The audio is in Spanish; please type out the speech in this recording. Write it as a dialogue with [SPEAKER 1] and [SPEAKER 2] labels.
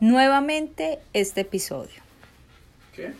[SPEAKER 1] nuevamente este episodio.
[SPEAKER 2] ¿Qué?